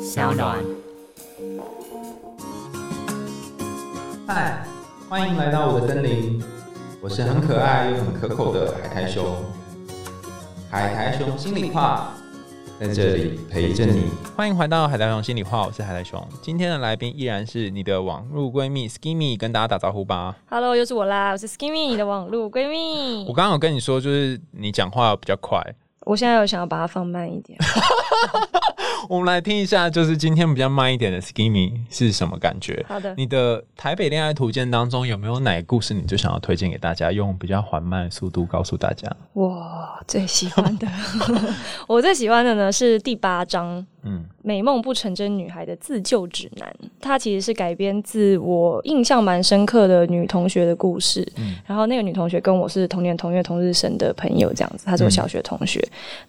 小暖，嗨，欢迎来到我的森林，我是很可爱又很可口的海苔熊。海苔熊心里话，在这里陪着你。欢迎回到海苔熊心里话，我是海苔熊。今天的来宾依然是你的网络闺蜜 Skimmy，跟大家打招呼吧。 Hello，又是我啦，我是 Skimmy 你的网络闺蜜我。刚刚有跟你说，就是你讲话比较快，我现在有想要把它放慢一点，我们来听一下，就是今天比较慢一点的 Skimmy 是什么感觉？好的你的台北恋爱图鉴当中有没有哪个故事你最想要推荐给大家，用比较缓慢的速度告诉大家？我最喜欢的， 我最喜欢的呢是第八章嗯， 《美梦不成真女孩的自救指南》，它其实是改编自我印象蛮深刻的女同学的故事。然后那个女同学跟我是同年同月同日生的朋友，这样子，她是我小学同学。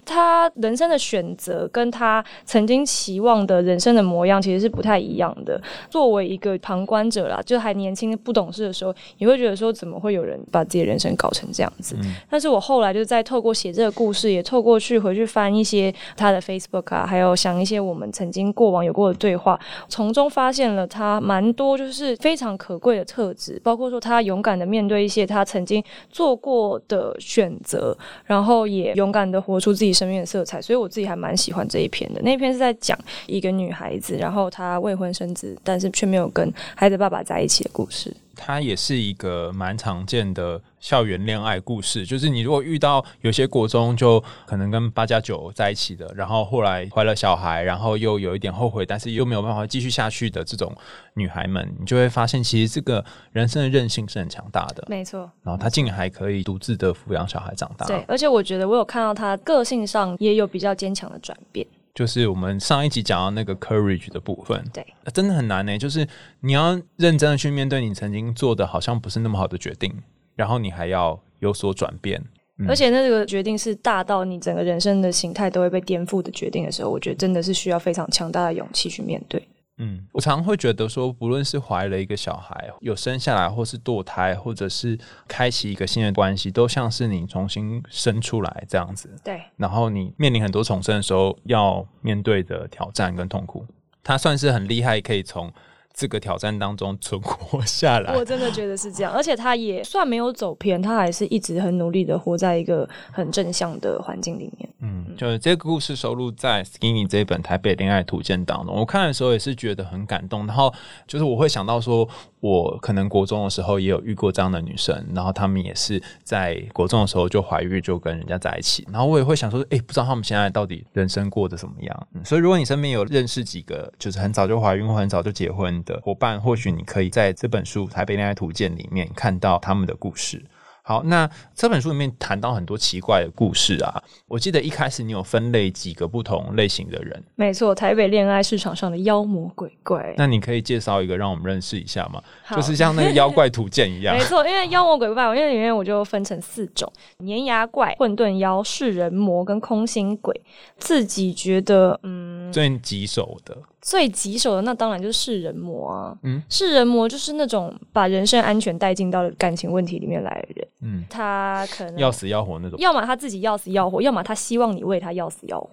她人生的选择跟她曾经期望的人生的模样其实是不太一样的。作为一个旁观者啦，就还年轻不懂事的时候，也会觉得说，怎么会有人把自己的人生搞成这样子？但是我后来就在透过写这个故事，也透过去回去翻一些他的 Facebook 啊，还有想一些我们曾经过往有过的对话，从中发现了他蛮多就是非常可贵的特质，包括说他勇敢的面对一些他曾经做过的选择，然后也勇敢的活出自己生命的色彩。所以我自己还蛮喜欢这一篇的。那篇是在讲一个女孩子，然后她未婚生子，但是却没有跟孩子爸爸在一起的故事。它也是一个蛮常见的校园恋爱故事，就是你如果遇到有些国中就可能跟八加九在一起的，然后后来怀了小孩，然后又有一点后悔，但是又没有办法继续下去的这种女孩们，你就会发现其实这个人生的韧性是很强大的。没错，然后她竟然还可以独自的抚养小孩长大，对，而且我觉得我有看到他个性上也有比较坚强的转变。就是我们上一集讲到那个 courage 的部分，对呃，真的很难呢、就是你要认真的去面对你曾经做的好像不是那么好的决定，然后你还要有所转变。嗯而且那个决定是大到你整个人生的形态都会被颠覆的决定的时候，我觉得真的是需要非常强大的勇气去面对。嗯，我常会觉得说，不论是怀了一个小孩，有生下来，或是堕胎，或者是开启一个新的关系，都像是你重新生出来这样子。对，然后你面临很多重生的时候，要面对的挑战跟痛苦，他算是很厉害，可以从这个挑战当中存活下来。我真的觉得是这样，而且他也算没有走偏，他还是一直很努力的活在一个很正向的环境里面。嗯，就是这个故事收录在《Skinny》这一本《台北恋爱图鉴》当中。我看的时候也是觉得很感动，然后就是我会想到说，我可能国中的时候也有遇过这样的女生，然后她们也是在国中的时候就怀孕，就跟人家在一起。然后我也会想说，诶，不知道她们现在到底人生过得怎么样？嗯所以如果你身边有认识几个就是很早就怀孕或很早就结婚的伙伴，或许你可以在这本书《台北恋爱图鉴》里面看到他们的故事。好，那这本书里面谈到很多奇怪的故事啊，我记得一开始你有分类几个不同类型的人，没错，台北恋爱市场上的妖魔鬼怪。那你可以介绍一个让我们认识一下吗？好就是像那个妖怪图鉴一样 没，错，因为妖魔鬼怪，我因为里面我就分成四种：粘牙怪、混沌妖、噬人魔跟空心鬼。自己觉得，嗯，最棘手的。最棘手的那当然就是噬人魔啊。嗯嗯，噬人魔就是那种把人身安全带进到了感情问题里面来的人，嗯，他可能要死要活那种，要么他自己要死要活，要么他希望你为他要死要活。，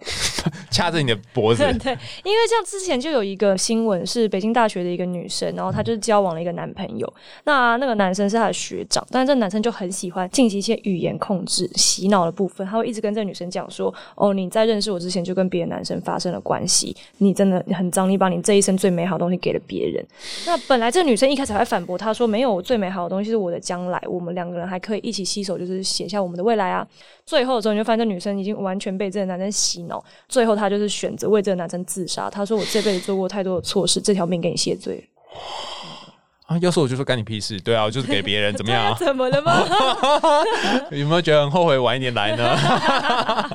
掐着你的脖子 对，因为像之前就有一个新闻是北京大学的一个女生，然后嗯她就是交往了一个男朋友，那那个男生是她的学长，但是这男生就很喜欢进行一些语言控制、洗脑的部分，他会一直跟这个女生讲说：“哦，你在认识我之前就跟别的男生发生了关系，你真的很脏，你把你这一生最美好的东西给了别人。”那本来这个女生一开始还反驳他说：“没有，我最美好的东西是我的将来，我们两个人还可以一起携手，就是写下我们的未来啊。”最后的时候，你就发现这女生已经完全被这个男生洗脑，最后她就是选择为这个男生自杀。她说：“我这辈子做过太多的错事，这条命给你谢罪了。啊，要是我就说干你屁事，对啊，我就是给别人怎么样啊、 怎么了吗？啊有没有觉得很后悔晚一点来 呢？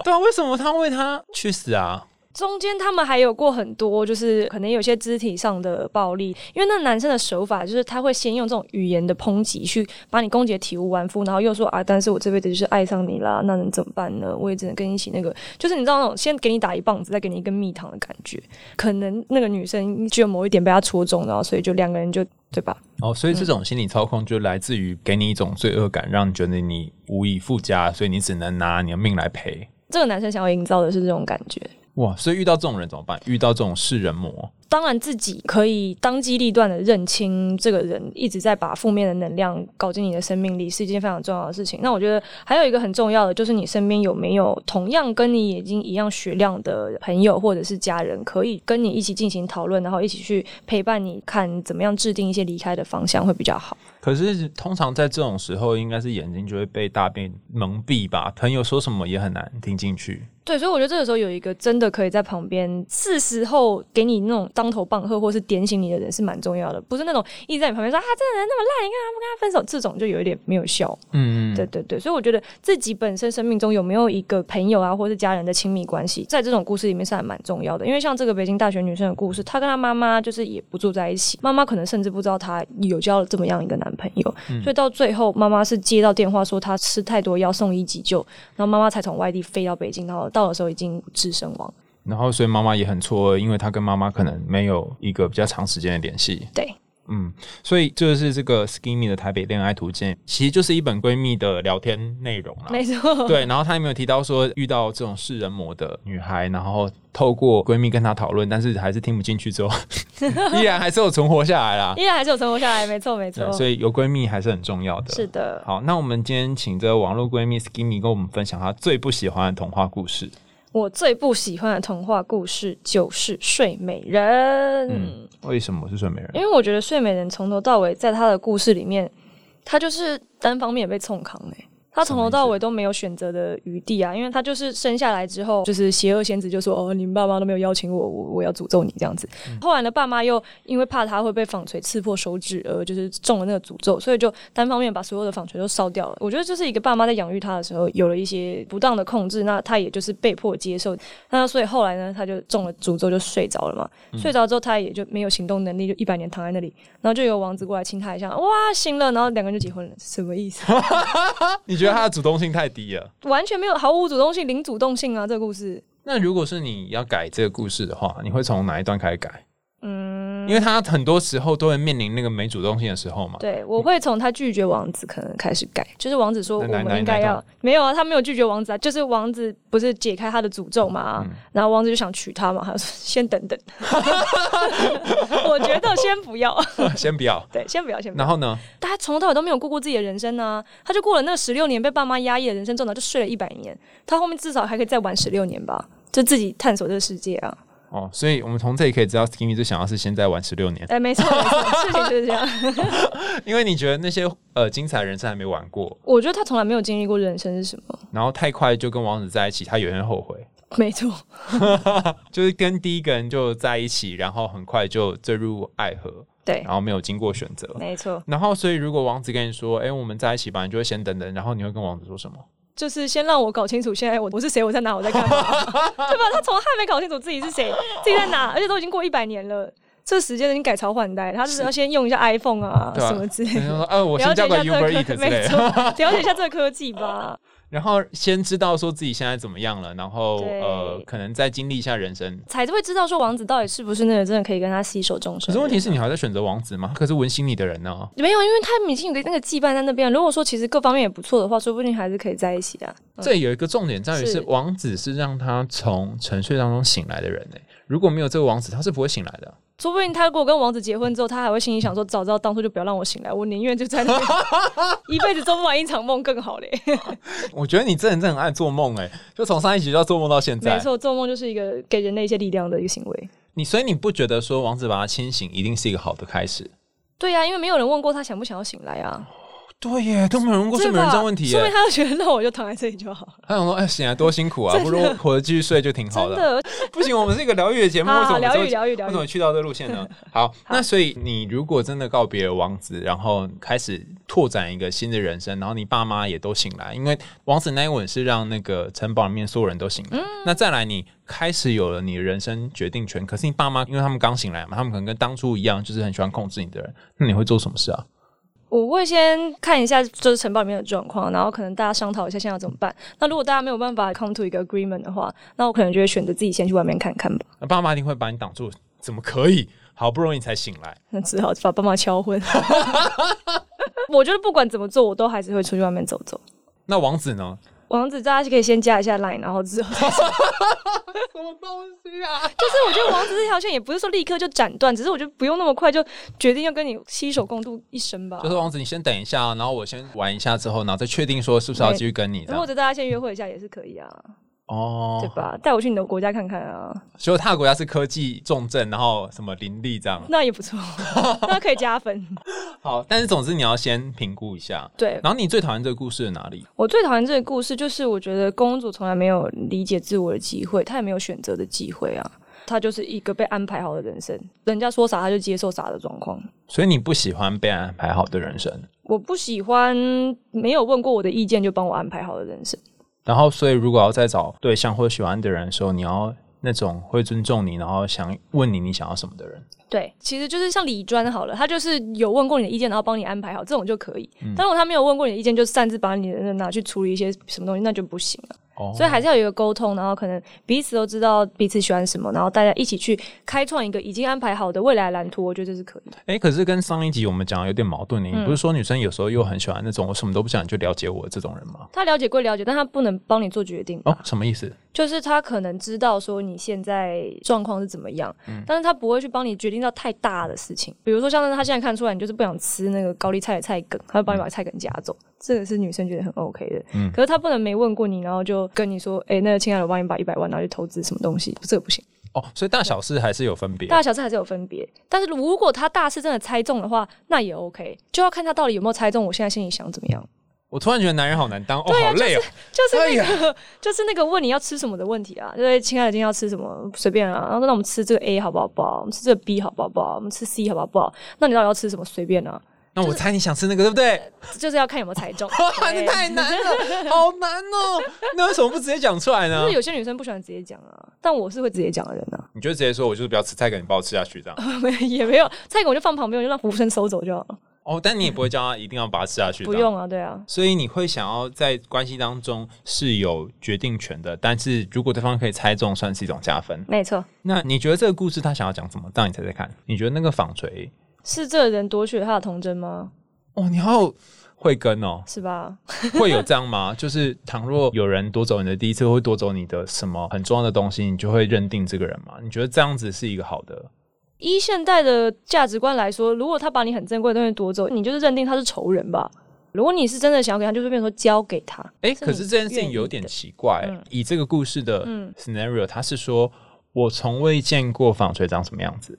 对啊，为什么他为他去死啊？中间他们还有过很多，就是可能有些肢体上的暴力，因为那男生的手法就是他会先用这种语言的抨击去把你攻击的体无完肤，然后又说啊，但是我这辈子就是爱上你啦，那能怎么办呢？我也只能跟你一起那个，就是你知道那种先给你打一棒子，再给你一根蜜糖的感觉，可能那个女生只有某一点被他戳中，然后所以就两个人就对吧？哦，所以这种心理操控就来自于给你一种罪恶感，让你觉得你无以复加，所以你只能拿你的命来赔。这个男生想要营造的是这种感觉。哇，所以遇到这种人怎么办？遇到这种世人魔，当然，自己可以当机立断的认清这个人一直在把负面的能量搞进你的生命里，是一件非常重要的事情。那我觉得还有一个很重要的，就是你身边有没有同样跟你已经一样血量的朋友或者是家人，可以跟你一起进行讨论，然后一起去陪伴你，看怎么样制定一些离开的方向会比较好。可是通常在这种时候，应该是眼睛就会被大便蒙蔽吧？朋友说什么也很难听进去。对，所以我觉得这个时候有一个真的可以在旁边，是时候给你那种当头棒喝或是点醒你的人是蛮重要的，不是那种一直在你旁边说啊，这个人那么烂，你干嘛不跟他分手？这种就有一点没有效。嗯，对对对，所以我觉得自己本身生命中有没有一个朋友啊，或是家人的亲密关系，在这种故事里面是还蛮重要的。因为像这个北京大学女生的故事，她跟她妈妈就是也不住在一起，妈妈可能甚至不知道她有交了这么样一个男朋友，嗯所以到最后妈妈是接到电话说她吃太多药送医急救，然后妈妈才从外地飞到北京，然后到的时候已经不治身亡。然后所以妈妈也很错愕，因为她跟妈妈可能没有一个比较长时间的联系。对，嗯，所以就是这个 Skinny 的台北恋爱图鉴，其实就是一本闺蜜的聊天内容啦。没错。啊对，然后她有没有提到说遇到这种世人魔的女孩，然后透过闺蜜跟她讨论，但是还是听不进去之后，依然还是有存活下来啦。 依然还是有存活下来，没错没错啊对，，所以有闺蜜还是很重要的。是的。好，那我们今天请这个网络闺蜜 Skinny 跟我们分享她最不喜欢的童话故事。我最不喜欢的童话故事就是《睡美人》。嗯，为什么是睡美人因？为我觉得睡美人从头到尾在她的故事里面，她就是单方面被冲扛哎、她从头到尾都没有选择的余地啊，因为她就是生下来之后，就是邪恶仙子就说：“哦，你们爸妈都没有邀请我，我我要诅咒你这样子。后来呢，爸妈又因为怕她会被纺锤刺破手指，而就是中了那个诅咒，所以就单方面把所有的纺锤都烧掉了。我觉得这是一个爸妈在养育她的时候有了一些不当的控制，那她也就是被迫接受。那所以后来呢，她就中了诅咒就睡着了嘛。睡着之后，她也就没有行动能力，就一百年躺在那里。然后就有王子过来亲她一下，哇，醒了，然后两个人就结婚了，什么意思？你觉得她的主动性太低了？完全没有，毫无主动性，零主动性啊！这个故事，那如果是你要改这个故事的话，你会从哪一段开始改？嗯，因为她很多时候都会面临那个没主动性的时候嘛。对，我会从他拒绝王子可能开始改，就是王子说我那哪们应哪该一要段没有啊，他没有拒绝王子啊，就是王子不是解开他的诅咒嘛，然后王子就想娶她嘛，他说先等等，我觉得先不要， 先不要。对，先不要，先不要然。后呢？但他从头到尾都没有过过自己的人生呢、他就过了那十六年被爸妈压抑的人生，重脑就睡了一百年。他后面至少还可以再玩十六年吧，就自己探索这个世界啊。哦，所以我们从这里可以知道，Skinny 最想要是现在玩十六年，哎、没错，没错，事情就是这样。因为你觉得那些呃精彩人生还没玩过，我觉得他从来没有经历过人生是什么。然后太快就跟王子在一起，他有点后悔， 没错，就是跟第一个人就在一起，然后很快就坠入爱河，对然，后没有经过选择。没错，然后，所以如果王子跟你说：“哎、我们在一起吧”，你就会先等等。然后你会跟王子说什么？就是先让我搞清楚现在我我是谁，我在哪，我在 干嘛，对吧？他从来没搞清楚自己是谁，自己在 哪，而且都已经过一百年了。这时间已经改朝换代，他就是要先用一下 iPhone 啊对吧、什么之类你就 的，说：“呃，我了先解叫一下个这个 Uber 科 Eat 之类 没错的。，了解一下这个科技吧。”然后哦先知道说自己现在怎么样了，然后对呃，可能再经历一下人生。才会知道说王子到底是不是那个真的可以跟他携手终可身。是问题是你还在选择王子吗？可是文心你的人呢？没有，因为他们已经有个那个羁绊在那边。如果说其实各方面也不错的话，说不定还是可以在一起的、啊。嗯这有一个重点在于是是王子是让他从沉睡当中醒来的人呢、如果没有这个王子，他是不会醒来的。啊说不定他如果跟王子结婚之后，他还会心里想说，早知道当初就不要让我醒来，我宁愿就在 那边 一辈子做不完一场梦更好嘞。我觉得你这人真的很爱做梦哎、就从上一集就要做梦到现在。没错，做梦就是一个给人类一些力量的一个行为。你所以你不觉得说王子把他清醒一定是一个好的开始？对啊呀、因为没有人问过他想不想要醒来啊，对耶，都没有人问过对睡美人吧这个问题说明耶。他就觉得那我就躺在这里就好了。他想说，哎，醒来多辛苦啊， 真不的如活着继续睡就挺好真的。的， 不行，我们是一个疗愈的节目，为什么好，我们疗这么愈疗愈疗为什么愈。去到这路线 呢？好，那所以你如果真的告别了王子，然后开始拓展一个新的人生，然后你爸妈也都醒来，因为王子那一吻是让那个城堡里面所有人都醒嗯来。那再来，你开始有了你的人生决定权，可是你爸妈因为他们刚醒来嘛，他们可能跟当初一样，就是很喜欢控制你的人，那你会做什么事啊？我会先看一下就是城堡里面的状况，然后可能大家商讨一下现在要怎么办。那如果大家没有办法 come to 一个 agreement 的话，那我可能就会选择自己先去外面看看吧。那爸妈一定会把你挡住，怎么可以？好不容易才醒来，那 只好把爸妈敲昏。 我觉得不管怎么做，我都还是会出去外面走走。那王子呢？网址大家可以先加一下 Line，然后之 后再说。什么东西啊？就是我觉得王子这条线也不是说立刻就斩断，只是我觉得不用那么快就决定要跟你携手共度一生吧就。是王子，你先等一下，哦然后我先玩一下之后，然后再确定说是不是要继续跟你这或样。者大家先约会一下也是可以啊，对哦，吧？带我去你的国家看看啊，所以他的国家是科技重镇，然后什么林立这样。那也不 错，那可以加分。好，但是总之你要先评估一下。对然后你最讨厌这个故事的哪里？我最讨厌这个故事，就是我觉得公主从来没有理解自我的机会，她也没有选择的机会啊。她就是一个被安排好的人生，人家说啥她就接受啥的状况。所以你不喜欢被安排好的人生。我不喜欢没有问过我的意见就帮我安排好的人生。然后，所以如果要再找对象或喜欢的人的时候，你要那种会尊重你，然后想问你你想要什么的人。对，其实就是像理专好了，他就是有问过你的意见，然后帮你安排好，这种就可以。但如果他没有问过你的意见，就擅自把你的拿去处理一些什么东西，那就不行了。哦所以还是要有一个沟通，然后可能彼此都知道彼此喜欢什么，然后大家一起去开创一个已经安排好的未来蓝图，我觉得这是可以的。哎，可是跟上一集我们讲的有点矛盾呢。你不嗯是说女生有时候又很喜欢那种我什么都不想你就了解我这种人吗？他了解归了解，但他不能帮你做决定吧。哦，什么意思？就是他可能知道说你现在状况是怎么样，但是他不会去帮你决定到太大的事情，比如说像是他现在看出来你就是不想吃那个高丽菜的菜梗，他会帮你把菜梗夹走，这个是女生觉得很 OK 的。可是他不能没问过你，然后就跟你说，哎、那个亲爱的，我帮你把一百万拿去投资什么东西，这个不行。哦，所以大小事还是有分别。大小事还是有分别，但是如果他大事真的猜中的话，那也 OK，就要看他到底有没有猜中我现在心里想怎么样。我突然觉得男人好难当哦，对啊好累哦。就是哎那呀个， 就是那个问你要吃什么的问题啊，就是亲爱的，今天要吃什么？随便啊。然后说那我们吃这个 A 好不好？不好，我们吃这个 B 好不好？不好，我们吃 C 好不好？不好。那你到底要吃什么？随便啊，那我猜你想吃那个对不 对？就是要看有没有 猜中。哇，对那太难 了，好难哦。那为什么不直接讲出来呢就是？有些女生不喜欢直接讲啊，但我是会直接讲的人啊， 你就直接说，我就是不要吃菜梗，你帮我吃下去这样。没也没有菜梗我就放旁边，我就让服务生收走就好了，哦，但你也不会叫他一定要把它吃下去，不。用啊，对啊，所以你会想要在关系当中是有决定权的，但是如果对方可以猜中，算是一种加分。没错，那你觉得这个故事他想要讲什么？让你猜猜看。你觉得那个纺锤，是这个人夺取了他的童真吗？哦，你好会跟哦，是吧？ 会有这样吗？就是倘若有人夺走你的第一次，会夺走你的什么很重要的东西，你就会认定这个人吗？你觉得这样子是一个好的？依现代的价值观来说，如果他把你很珍贵的东西夺走，你就是认定他是仇人吧。如果你是真的想要给他，就是变成说交给他。哎、是可你是这件事愿情意有的点奇怪、嗯以这个故事的 scenario，他是说我从未见过纺锤长什么样子，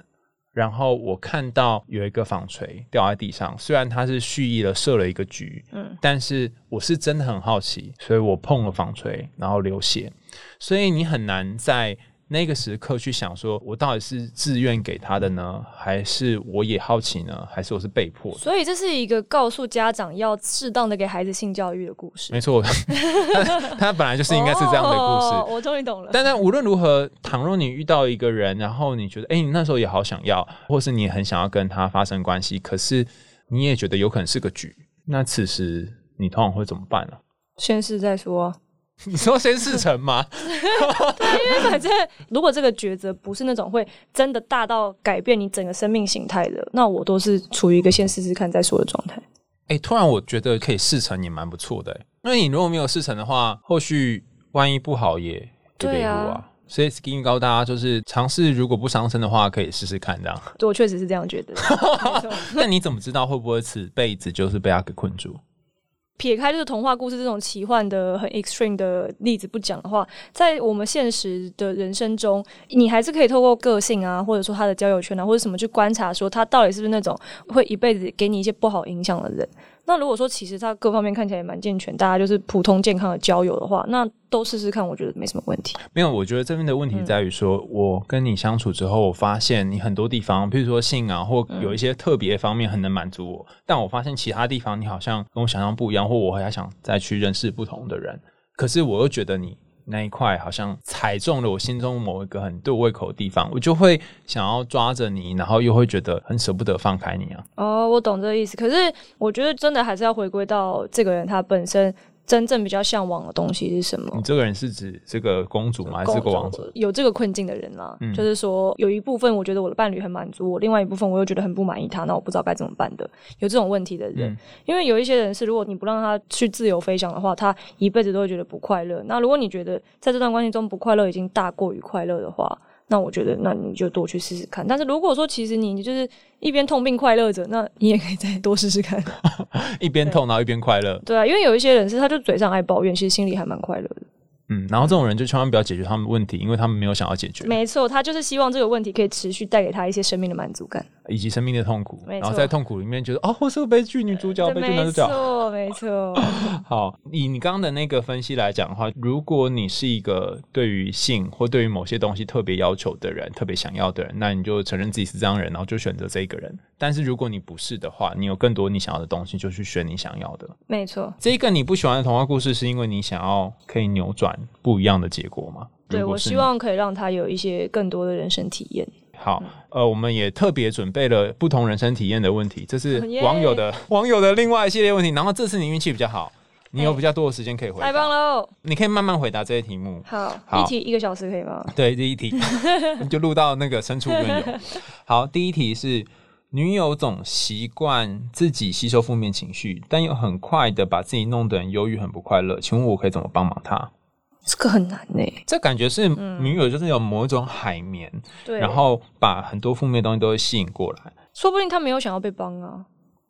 然后我看到有一个纺锤掉在地上，虽然他是蓄意的设了一个局，嗯，但是我是真的很好奇，所以我碰了纺锤，然后流血，所以你很难在。那个时刻去想说，我到底是自愿给他的呢，还是我也好奇呢，还是我是被迫的？所以这是一个告诉家长要适当的给孩子性教育的故事没。错， 他他本来就是应该是这样的故事。哦我终于懂了。但但无论如何，倘若你遇到一个人，然后你觉得，哎、你那时候也好想要，或是你很想要跟他发生关系，可是你也觉得有可能是个局，那此时你通常会怎么办呢、 先试再说 啊、你说先事成吗？ 因为反正如果这个抉择不是那种会真的大到改变你整个生命形态的，那我都是处于一个先试试看再说的状态。哎、突然我觉得可以事成也蛮不错的、欸，因为你如果没有事成的话，后续万一不好也就对得啊路啊。所以 skin 高大家就是尝试，如果不伤身的话，可以试试看这样。 我确实是这样觉得。没错那你怎么知道会不会此辈子就是被他给困住？撇开就是童话故事这种奇幻的、很 extreme 的例子不讲的话，在我们现实的人生中，你还是可以透过个性啊，或者说他的交友圈啊，或者什么去观察，说他到底是不是那种会一辈子给你一些不好影响的人。那如果说其实他各方面看起来也蛮健全，大家就是普通健康的交友的话，那都试试看，我觉得没什么问题。没有，我觉得这边的问题在于说，我跟你相处之后，我发现你很多地方，譬如说性啊，或有一些特别方面很能满足我，但我发现其他地方你好像跟我想象不一样，或我还想再去认识不同的人，可是我又觉得你那一块好像踩中了我心中某一个很对我胃口的地方，我就会想要抓着你，然后又会觉得很舍不得放开你啊。哦，我懂这个意思。可是我觉得真的还是要回归到这个人他本身真正比较向往的东西是什么。你这个人是指这个公主吗？还是这个王子？有这个困境的人啦，就是说有一部分我觉得我的伴侣很满足我，另外一部分我又觉得很不满意他，那我不知道该怎么办的。有这种问题的人，嗯因为有一些人是，如果你不让他去自由飞翔的话，他一辈子都会觉得不快乐。那如果你觉得在这段关系中不快乐已经大过于快乐的话，那我觉得那你就多去试试看。但是如果说其实你就是一边痛并快乐着，那你也可以再多试试看。 一边痛然后一边快乐。对啊，因为有一些人是他就嘴上爱抱怨，其实心里还蛮快乐的。嗯，然后这种人就千万不要解决他们问题，因为他们没有想要解决，没错，他就是希望这个问题可以持续带给他一些生命的满足感。以及生命的痛苦，没然错后在痛苦里面觉得哦，我是个悲剧女主角，悲剧男没主角。错，没错。 好，以你刚刚的那个分析来讲的话，如果你是一个对于性或对于某些东西特别要求的人，特别想要的人，那你就承认自己是这样的人，然后就选择这一个人。但是如果你不是的话，你有更多你想要的东西，就去选你想要的。没错，这个你不喜欢的童话故事，是因为你想要可以扭转不一样的结果吗？对如我果是希你望可以让他有一些更多的人生体验。好，嗯呃，我们也特别准备了不同人生体验的问题，这是哦耶网友的 网友的另外一系列问题。然后这次你运气比较好，你有哎比较多的时间可以回太答，棒喽！你可以慢慢回答这些题目。好，好一题一个小时可以吗？对，第 一题你就录到那个深处怨尤。好，第一题是女友总习惯自己吸收负面情绪，但又很快的把自己弄得很忧郁、很不快乐。请问我可以怎么帮忙她？这个很难呢、这感觉是女友就是有某种海绵，嗯对，然后把很多负面东西都会吸引过来。说不定他没有想要被帮啊，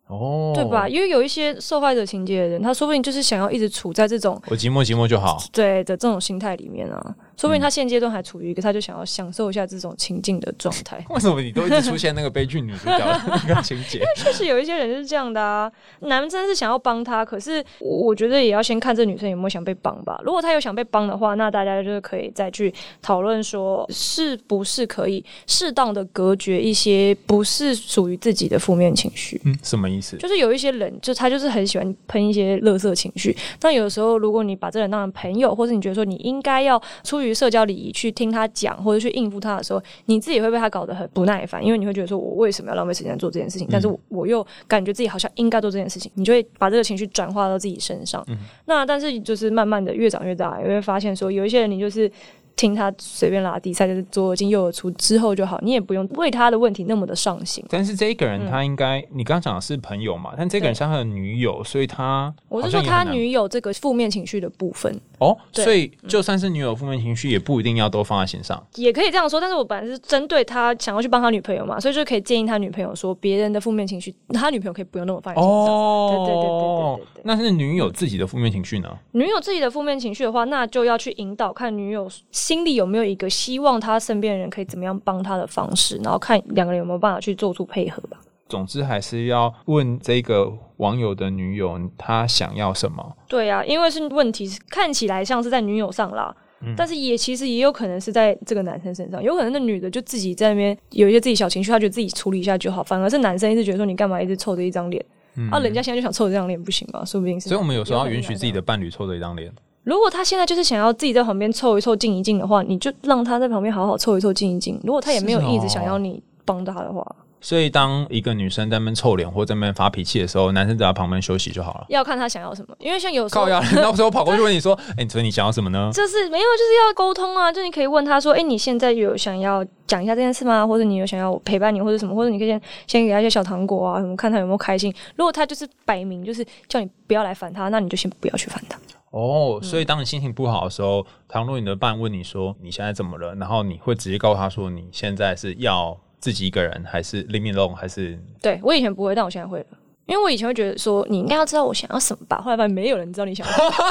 哦，对吧？？因为有一些受害者情节的人，他说不定就是想要一直处在这种我寂寞寂寞就好。对的这种心态里面啊，说嗯不定他现阶段还处于一个他就想要享受一下这种情境的状态。 为什么你都一直出现那个悲剧女主角的那个情 节？确实有一些人就是这样的啊，男生是想要帮他，可是我我觉得也要先看这女生有没有想被帮吧。如果她有想被帮的话，那大家就是可以再去讨论说，是不是可以适当的隔绝一些不是属于自己的负面情绪。嗯，什么意思？就是有一些人，就他就是很喜欢喷一些垃圾情绪。但有的时候，如果你把这个人当成朋友，或是你觉得说你应该要出于社交礼仪去听他讲，或者去应付他的时候，你自己会被他搞得很不耐烦，因为你会觉得说我为什么要浪费时间做这件事情？但是我我又感觉自己好像应该做这件事情，你就会把这个情绪转化到自己身上。那但是就是慢慢的越长越大，你会发现说有一些人你就是。听他随便拉低赛，就是左耳进右耳出之后就好，你也不用为他的问题那么的上心。但是这一个嗯人他应该，你刚刚讲的是朋友嘛？但这个人是他的女友，所以他我是好说像也很他难女友这个负面情绪的部分，哦，对嗯所以就算是女友负面情绪，也不一定要都放在心上。也可以这样说，但是我本来是针对他想要去帮他女朋友嘛，所以就可以建议他女朋友说，别人的负面情绪，他女朋友可以不用那么放在心上。哦对对对对对对对那是女友自己的负面情绪呢？女友自己的负面情绪的话，那就要去引导，看女友心里有没有一个希望她身边的人可以怎么样帮她的方式，然后看两个人有没有办法去做出配合吧。总之还是要问这个网友的女友，她想要什么？对啊，因为是问题是看起来像是在女友上啦，嗯但是也其实也有可能是在这个男生身上，有可能那女的就自己在那边有一些自己小情绪，她觉得自己处理一下就好，反而是男生一直觉得说你干嘛一直臭着一张脸。啊，人家现在就想臭着一张脸不行吗？说不定是。嗯所以我们有时候要可能允是许男自己的伴侣臭着一张脸。如果他现在就是想要自己在旁边凑一凑、静一静的话，你就让他在旁边好好凑一凑、静一静。如果他也没有是哦一直想要你帮他的话，所以当一个女生在那边臭脸或在那边发脾气的时候，男生只要旁边休息就好了。要看他想要什么。因为像有时候靠呀！到时候跑过去问你说：“哎、所以你想要什么 呢就是没有，就是要沟通啊。就你可以问他说：“哎、你现在有想要讲一下这件事吗？ 或者你有想要我陪伴你，或者什么？或者你可以先先给他一些小糖果啊，什么看他有没有开心。 如果他就是摆明就是叫你不要来烦他，那你就先不要去烦他。？”哦，所以当你心情不好的时候，倘若你的伴问你说你现在怎么了，哦然后你会直接告诉他说你现在是要自己一个人，还是 l i m i t alone，还是对我以前不会，但我现在会了。因为我以前会觉得说你应该要知道我想要什么吧，后 来发现没有人知道你想要什么。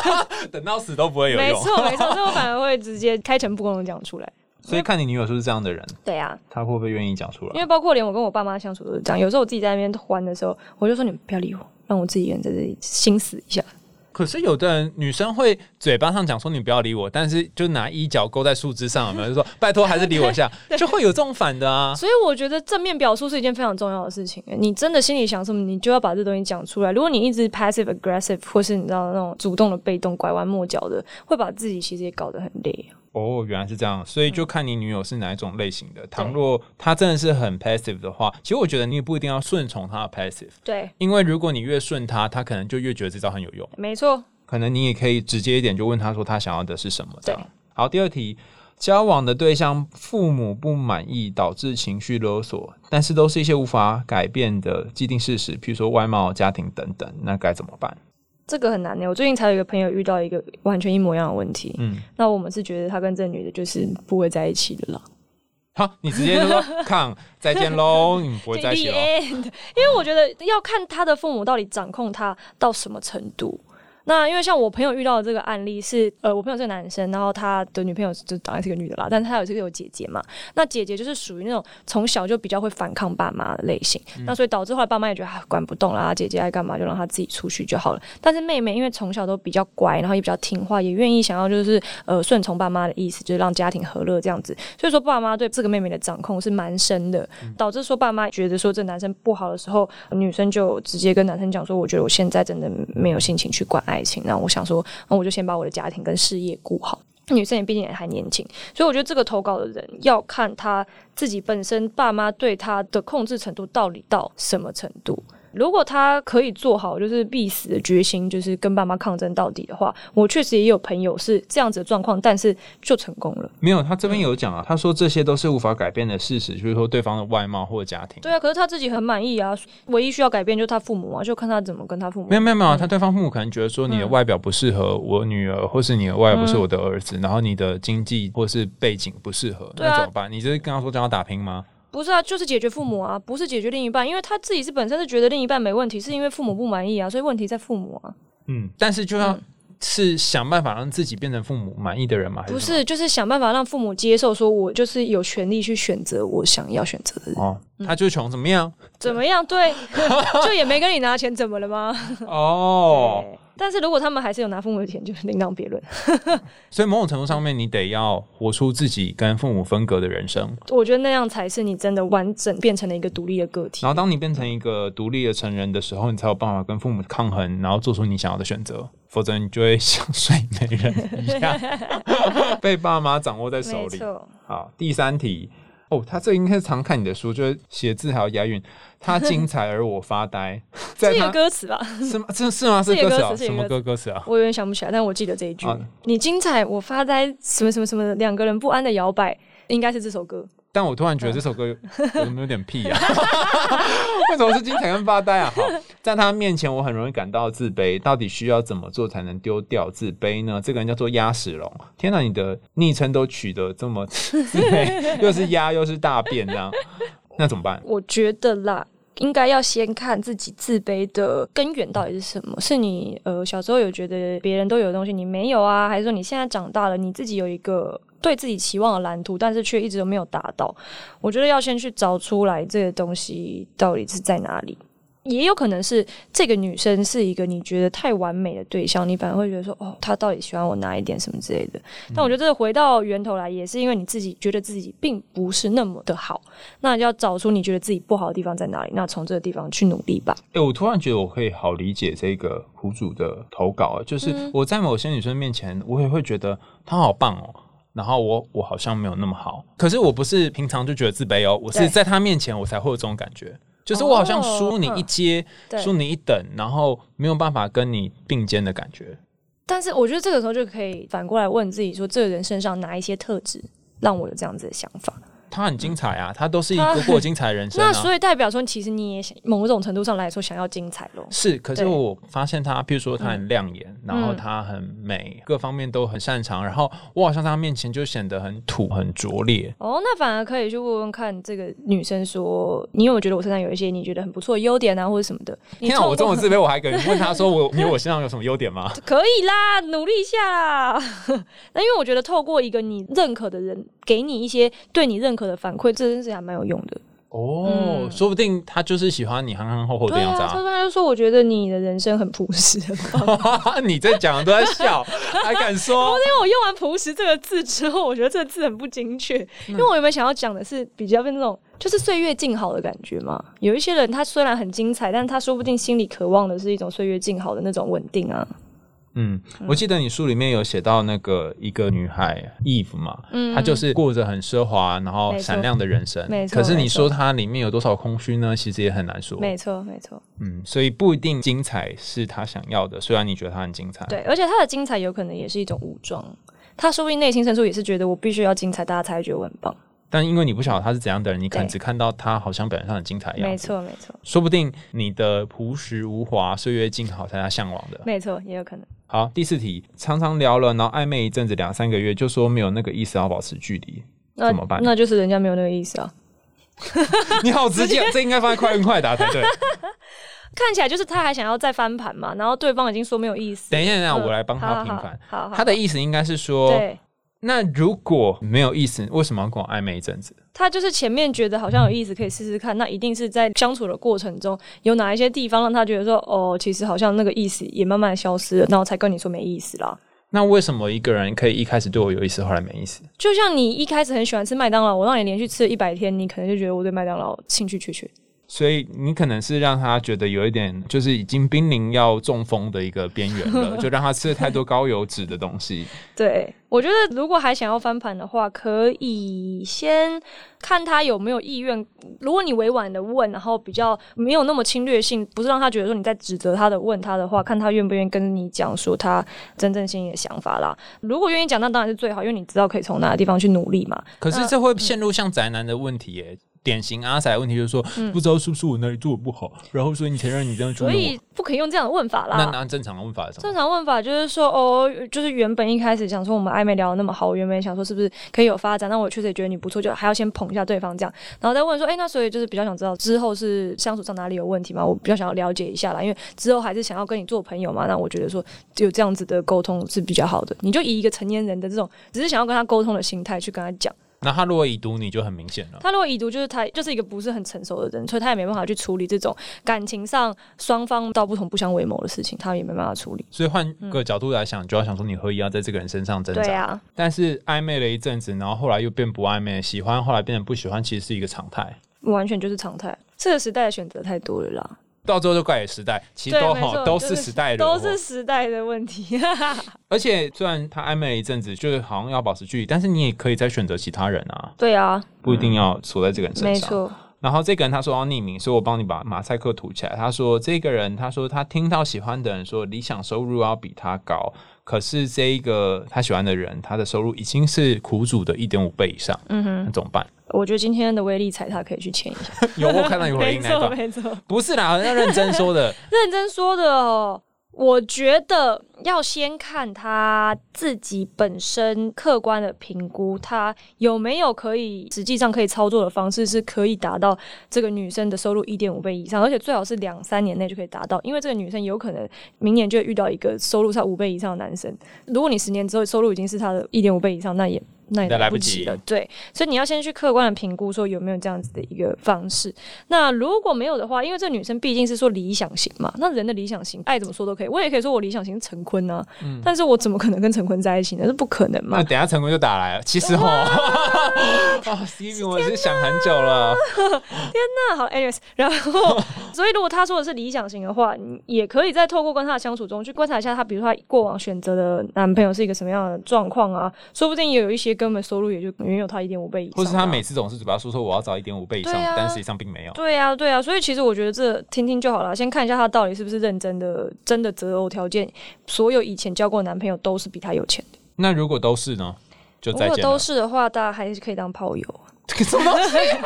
等到死都不会有 没用？错没错，所以我反而会直接开诚布公的讲出来。所以看你女友是不是这样的人，对啊，她会不会愿意讲出因来？为包括连我跟我爸妈相处都是这样，有时候我自己在那边玩的时候，我就说你们不要理我，让我自己一个人在这里心死一下。可是有的人女生会嘴巴上讲说你不要理我，但是就拿衣角勾在树枝上，有没有？就说拜托还是理我一下， 就会有这种反的啊。所以我觉得正面表述是一件非常重要的事情。欸你真的心里想什么，你就要把这东西讲出来。如果你一直 passive aggressive，或是你知道那种主动的、被动、拐弯抹角的，会把自己其实也搞得很累。哦，原来是这样，所以就看你女友是哪一种类型的。倘若她真的是很 passive 的话，其实我觉得你也不一定要顺从她的 passive，对，因为如果你越顺她，她可能就越觉得这招很有用。没错，可能你也可以直接一点，就问他说他想要的是什么。这样对。好，第二题，交往的对象父母不满意，导致情绪勒索，但是都是一些无法改变的既定事实，譬如说外貌、家庭等等，那该怎么办？这个很难欸呢。我最近才有一个朋友遇到一个完全一模一样的问题，嗯，那我们是觉得他跟这女的就是不会在一起的啦。好，你直接就说看再见喽，你们不会在一起 The 喽。 end 因为我觉得要看他的父母到底掌控他到什么程度。那因为像我朋友遇到的这个案例是，呃，我朋友是个男生，然后他的女朋友就当然是个女的啦，但是他有这个有姐姐嘛，那姐姐就是属于那种从小就比较会反抗爸妈的类型，嗯那所以导致后来爸妈也觉得啊管不动啦，姐姐爱干嘛就让她自己出去就好了。但是妹妹因为从小都比较乖，然后也比较听话，也愿意想要就是呃顺从爸妈的意思，就是让家庭和乐这样子，所以说爸妈对这个妹妹的掌控是蛮深的，导致说爸妈觉得说这男生不好的时候，女生就直接跟男生讲说，我觉得我现在真的没有心情去管爱情，那我想说，那我就先把我的家庭跟事业顾好。 女生也毕竟也还年轻，所以我觉得这个投稿的人要看他自己本身爸妈对他的控制程度到底到什么程度。如果他可以做好就是必死的决心，就是跟爸妈抗争到底的话，我确实也有朋友是这样子的状况，但是就成功了。没有，他这边有讲啊，他说这些都是无法改变的事实，就是说对方的外貌或家庭。嗯对啊，可是他自己很满意啊，唯一需要改变就是他父母啊，就看他怎么跟他父母没。有没有没有，他对方父母可能觉得说你嗯的外表不适合我女儿，或是你的外表不是我的儿子，然后你的经济或是背景不适合，嗯对啊那怎么办？你就是跟他说叫他打拼吗？不是啊，就是解决父母啊，不是解决另一半，因为他自己是本身是觉得另一半没问题，是因为父母不满意啊，所以问题在父母啊，嗯，但是就要是想办法让自己变成父母满意的人嘛？还不什么是就是想办法让父母接受，说我就是有权利去选择我想要选择的人，哦，他就穷怎么 样？怎么样？ 对，就也没跟你拿钱，怎么了吗？哦，对但是如果他们还是有拿父母的钱，就另当别论。所以某种程度上面，你得要活出自己跟父母分隔的人生。我觉得那样才是你真的完整变成了一个独立的个体然。后，当你变成一个独立的成人的时候，你才有办法跟父母抗衡，然后做出你想要的选择。否则，你就会像睡美人一 样，被爸妈掌握在手没里。错，好，第三题。哦，他这应该是常看你的书，就是写字还有押韵。他精彩而我发 呆，在这个他歌词吧，是吗？这是吗？是这歌个词啊？歌词这什个么歌歌歌词啊？我有点想不起来，但我记得这一句啊：“你精彩，我发呆，什么什么什么的，两个人不安的摇摆。”应该是这首歌，但我突然觉得这首歌有有没有点屁啊？ 为什么是精彩跟发呆啊？好，在他面前我很容易感到自卑，到底需要怎么做才能丢掉自卑呢？这个人叫做鸭屎龙。天哪，你的昵称都取得这么自卑， 又是鸭又是大便这样，那怎么办？我觉得啦，应该要先看自己自卑的根源到底是什么。是你呃小时候有觉得别人都有的东西，你没有啊？还是说你现在长大了，你自己有一个对自己期望的蓝图，但是却一直都没有达到？我觉得要先去找出来这个东西到底是在哪里。也有可能是这个女生是一个你觉得太完美的对象，你反而会觉得说，哦，她到底喜欢我哪一点什么之类的。但我觉得这个回到源头来，也是因为你自己觉得自己并不是那么的好，那就要找出你觉得自己不好的地方在哪里，那从这个地方去努力吧。哎、我突然觉得我可以好理解这个苦主的投稿，啊嗯就是我在某些女生面前，我也会觉得她好棒哦，然后我我好像没有那么好，可是我不是平常就觉得自卑哦，我是对在她面前我才会有这种感觉，就是我好像哦输你一阶，对输、你一等，然后没有办法跟你并肩的感觉。但是我觉得这个时候就可以反过来问自己说，这个人身上哪一些特质让我有这样子的想法？她很精彩啊，她都是一她个过精彩的人生 那啊。所以代表说，其实你也想某种程度上来说想要精彩咯。是，可是对我发现她，譬如说她很亮眼，然后嗯她很美，各方面都很擅长，然后我好像在她面前就显得很土、很拙劣。哦，那反而可以去问问看这个女生说，你有没有觉得我身上有一些你觉得很不错的优点啊，或者什么的？你天啊，透我这么过自 卑，我还敢问他说我你我身上有什么优点吗？可以啦，努力一下啦。 那因为我觉得透过一个你认可的人，给你一些对你认可的反馈，这件事还蛮有用的。哦，说不定他就是喜欢你憨憨厚厚的嗯对样子啊，他啊！说他就说，我觉得你的人生很朴实， 很棒。 你在讲都在 笑，还敢说？因为我用完“朴实”这个字之后，我觉得这个字很不精确，因为我原本想要讲的是比较那种就是岁月静好的感觉嘛。有一些人他虽然很精彩，但他说不定心里渴望的是一种岁月静好的那种稳定啊。嗯，我记得你书里面有写到那个一个女孩 Eve 嘛，嗯她就是过着很奢华然后没错闪亮的人生没，错可是你没错说它里面有多少空虚呢？其实也很难说。没错，没错，嗯，所以不一定精彩是她想要的，虽然你觉得她很精彩。对，而且他的精彩有可能也是一种武装，他说不定内心深处也是觉得我必须要精彩，大家才会觉得我很棒。但因为你不晓得他是怎样的人，你可能对只看到他好像表现上很精彩一样。没，错，没错，说不定你的朴实无华、岁月静好才是他向往的。没错，也有可能。好，第四题，常常聊了，然后暧昧一阵子两三个月，就说没有那个意思，要保持距 离，那怎么办？那就是人家没有那个意思啊，你好直接，这应该放在快问快答才 对。看起来就是他还想要再翻盘嘛，然后对方已经说没有意思。等一下，等一下，嗯我来帮他平反。好好好好，他的意思应该是说，对。那如果没有意思，为什么要跟我暧昧一阵子？他就是前面觉得好像有意思，可以试试看。那一定是在相处的过程中，有哪一些地方让他觉得说，哦，其实好像那个意思也慢慢消失了，然后才跟你说没意思啦。那为什么一个人可以一开始对我有意思，后来没意思？就像你一开始很喜欢吃麦当劳，我让你连续吃一百天，你可能就觉得我对麦当劳兴趣缺缺。所以你可能是让他觉得有一点，就是已经濒临要中风的一个边缘 了，就让他吃了太多高油脂的东西。对，我觉得如果还想要翻盘的话，可以先看他有没有意愿。如果你委婉的问，然后比较没有那么侵略性，不是让他觉得说你在指责他的问他的话，看他愿不愿意跟你讲说他真正心里的想法啦。如果愿意讲，那当然是最好，因为你知道可以从哪个地方去努力嘛。可是这会陷入像宅男的问题耶、典型阿仔的问题就是说，不知道是不是我哪里做的不好，然后所以你才让你这样捉嗯所弄以啊我。不可以用这样的问法啦。那那正常的问法是什正么？常问法就是说，哦，就是原本一开始想说我们暧昧聊得那么好，我原本想说是不是可以有发展，那我确实也觉得你不错，就还要先捧一下对方这样，然后再问说，哎、那所以就是比较想知道之后是相处上哪里有问题嘛？我比较想要了解一下啦，因为之后还是想要跟你做朋友嘛，那我觉得说有这样子的沟通是比较好的。你就以一个成年人的这种只是想要跟他沟通的心态去跟他讲，那他如果已读你就很明显了。他如果已读就是他就是一个不是很成熟的人，所以他也没办法去处理这种感情上双方道不同不相为谋的事情，他也没办法处理。所以换个角度来想，就要想说你何以要在这个人身上挣扎？嗯对啊，但是暧昧了一阵子，然后后来又变不暧昧，喜欢后来变成不喜欢，其实是一个常态。完全就是常态。这个时代的选择太多了啦，到最后就怪给时代，其实对都没错好都就是时代的，都是时代的问 题。而且虽然他暧昧了一阵子，就是好像要保持距离，但是你也可以再选择其他人啊，对啊，不一定要锁在这个人身没上。错，然后这个人他说要匿名，所以我帮你把马赛克涂起来。他说这个人，他说他听到喜欢的人说理想收入要比他高，可是这一个他喜欢的人，他的收入已经是苦主的一点五倍以上，嗯哼，那怎么办？我觉得今天的威力彩他可以去签一下，有 我看到你回 没应那一错段， 没错，不是啦，要认真说的。认真说的哦。我觉得要先看他自己本身客观的评估，他有没有可以实际上可以操作的方式，是可以达到这个女生的收入一点五倍以上，而且最好是两三年内就可以达到，因为这个女生有可能明年就会遇到一个收入差五倍以上的男生。如果你十年之后收入已经是他的一点五倍以上，那也那也那来来不不及及了。对，所以你要先去客观的评估说有没有这样子的一个方式。那如果没有的话，因为这个女生毕竟是说理想型嘛，那人的理想型爱怎么说都可以，我也可以说我理想型是陈坤啊，嗯但是我怎么可能跟陈坤在一起呢？这不可能嘛那。等一下陈坤就打来了。其实哈， 啊，Steve，我是想很久了。那好，anyways，然 后，所以如果他说的是理想型的话，你也可以再透过跟他的相处中去观察一下他，比如说他过往选择的男朋友是一个什么样的状况啊，说不定也有一些根本收入也就远有他一点五倍以上的啊，或是他每次总是嘴巴说说我要找一点五倍以上，对啊但实际上并没有。对呀、对呀、啊所以其实我觉得这听听就好了，先看一下他到底是不是认真的，真的择偶条件，所有以前交过的男朋友都是比他有钱的。那如果都是呢？就如再果见啊了都。是的话，大家还是可以当炮友。这个什么东西啊？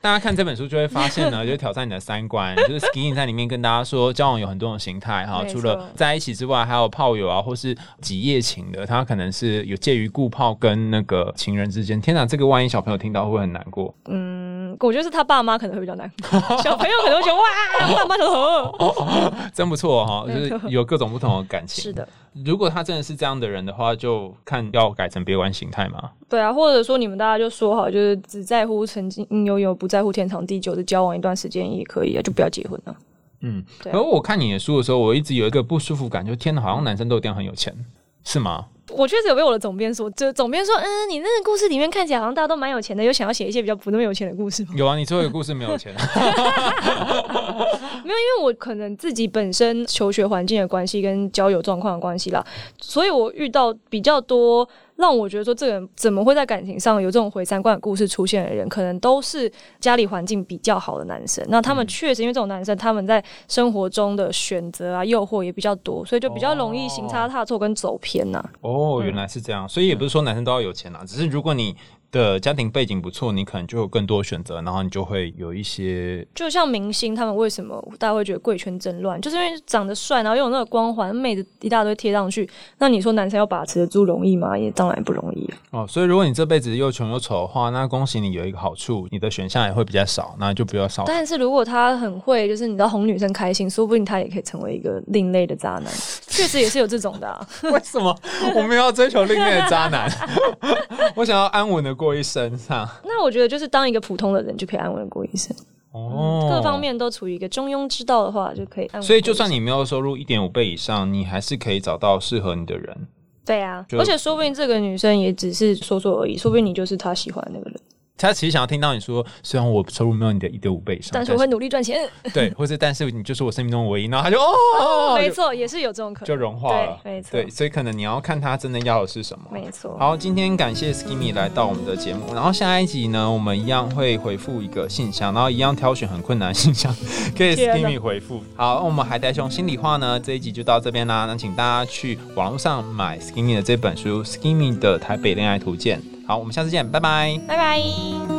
大家看这本书就会发现 呢，就是挑战你的三观。就是 Skinny 在里面跟大家说，交往有很多种形态哈，没除错了在一起之外，还有炮友啊，或是几夜情的。他可能是有介于顾炮跟那个情人之间。天哪，这个万一小朋友听到会不会很难 过。嗯，我觉得是他爸妈可能会比较难 过，小朋友可能会觉得哇，爸妈头疼。真不错哈、就没错是有各种不同的感情。是的，如果他真的是这样的人的话，就看要改成别玩形态嘛。对啊，或者说你们大家就说好，就是只在乎曾经拥有，不在乎天长地久的交往一段时间也可以啊，就不要结婚啊。嗯，对啊 然后我看你的书的时候，我一直有一个不舒服感，就天哪，好像男生都一定很有钱，是吗？我确实有被我的总编说，就总编说，嗯，你那个故事里面看起来好像大家都蛮有钱的，有想要写一些比较不那么有钱的故事吗？有啊，你最后一个故事没有 钱，没有，因为我可能自己本身求学环境的关系跟交友状况的关系啦，所以我遇到比较多让我觉得说这个人怎么会在感情上有这种回三观的故事出现的人，可能都是家里环境比较好的男生。那他们确实因为这种男生，他们在生活中的选择啊、诱惑也比较多，所以就比较容易行差踏错跟走偏呐、哦，原来是这样，所以也不是说男生都要有钱啦，只是如果你的家庭背景不错，你可能就有更多选择，然后你就会有一些就像明星，他们为什么大家会觉得贵圈真乱，就是因为长得帅，然后又有那个光环，妹子一大堆贴上去。那你说男生要把持得住容易吗？也当然不容易啊。哦。所以如果你这辈子又穷又丑的话，那恭喜你有一个好处，你的选项也会比较少，那就不要少。但是如果他很会，就是你知道哄女生开心，说不定他也可以成为一个另类的渣男。 确实也是有这种的、啊，为什 么我们要追求另类的渣男？ 我想要安稳的过一生，这样那我觉得就是当一个普通的人就可以安稳地过一生，哦嗯各方。面都处于一个中庸之道的话，就可以安稳地过一生。所以，就算你没有收入一点五倍以上，你还是可以找到适合你的人。对啊，就而且说不定这个女生也只是说说而已，说不定你就是她喜欢的那个人。他其实想要听到你说，虽然我收入没有你的一点五倍以上，但是我会努力赚钱。对，或是但是你就是我生命中唯一，然后他就哦， 没就错，也是有这种可能。就融化了，对没错对，所以可能你要看他真的要的是什么。没错。好，今天感谢 Skinny 来到我们的节目，然后下一集呢，我们一样会回复一个信箱，然后一样挑选很困难的信箱 给天哪 Skinny 回复。好，我们海苔熊心里话呢，这一集就到这边啦，那请大家去网络上买 Skinny 的这本书《Skinny 的台北恋爱图鉴》。好，我们下次见，拜拜。拜拜。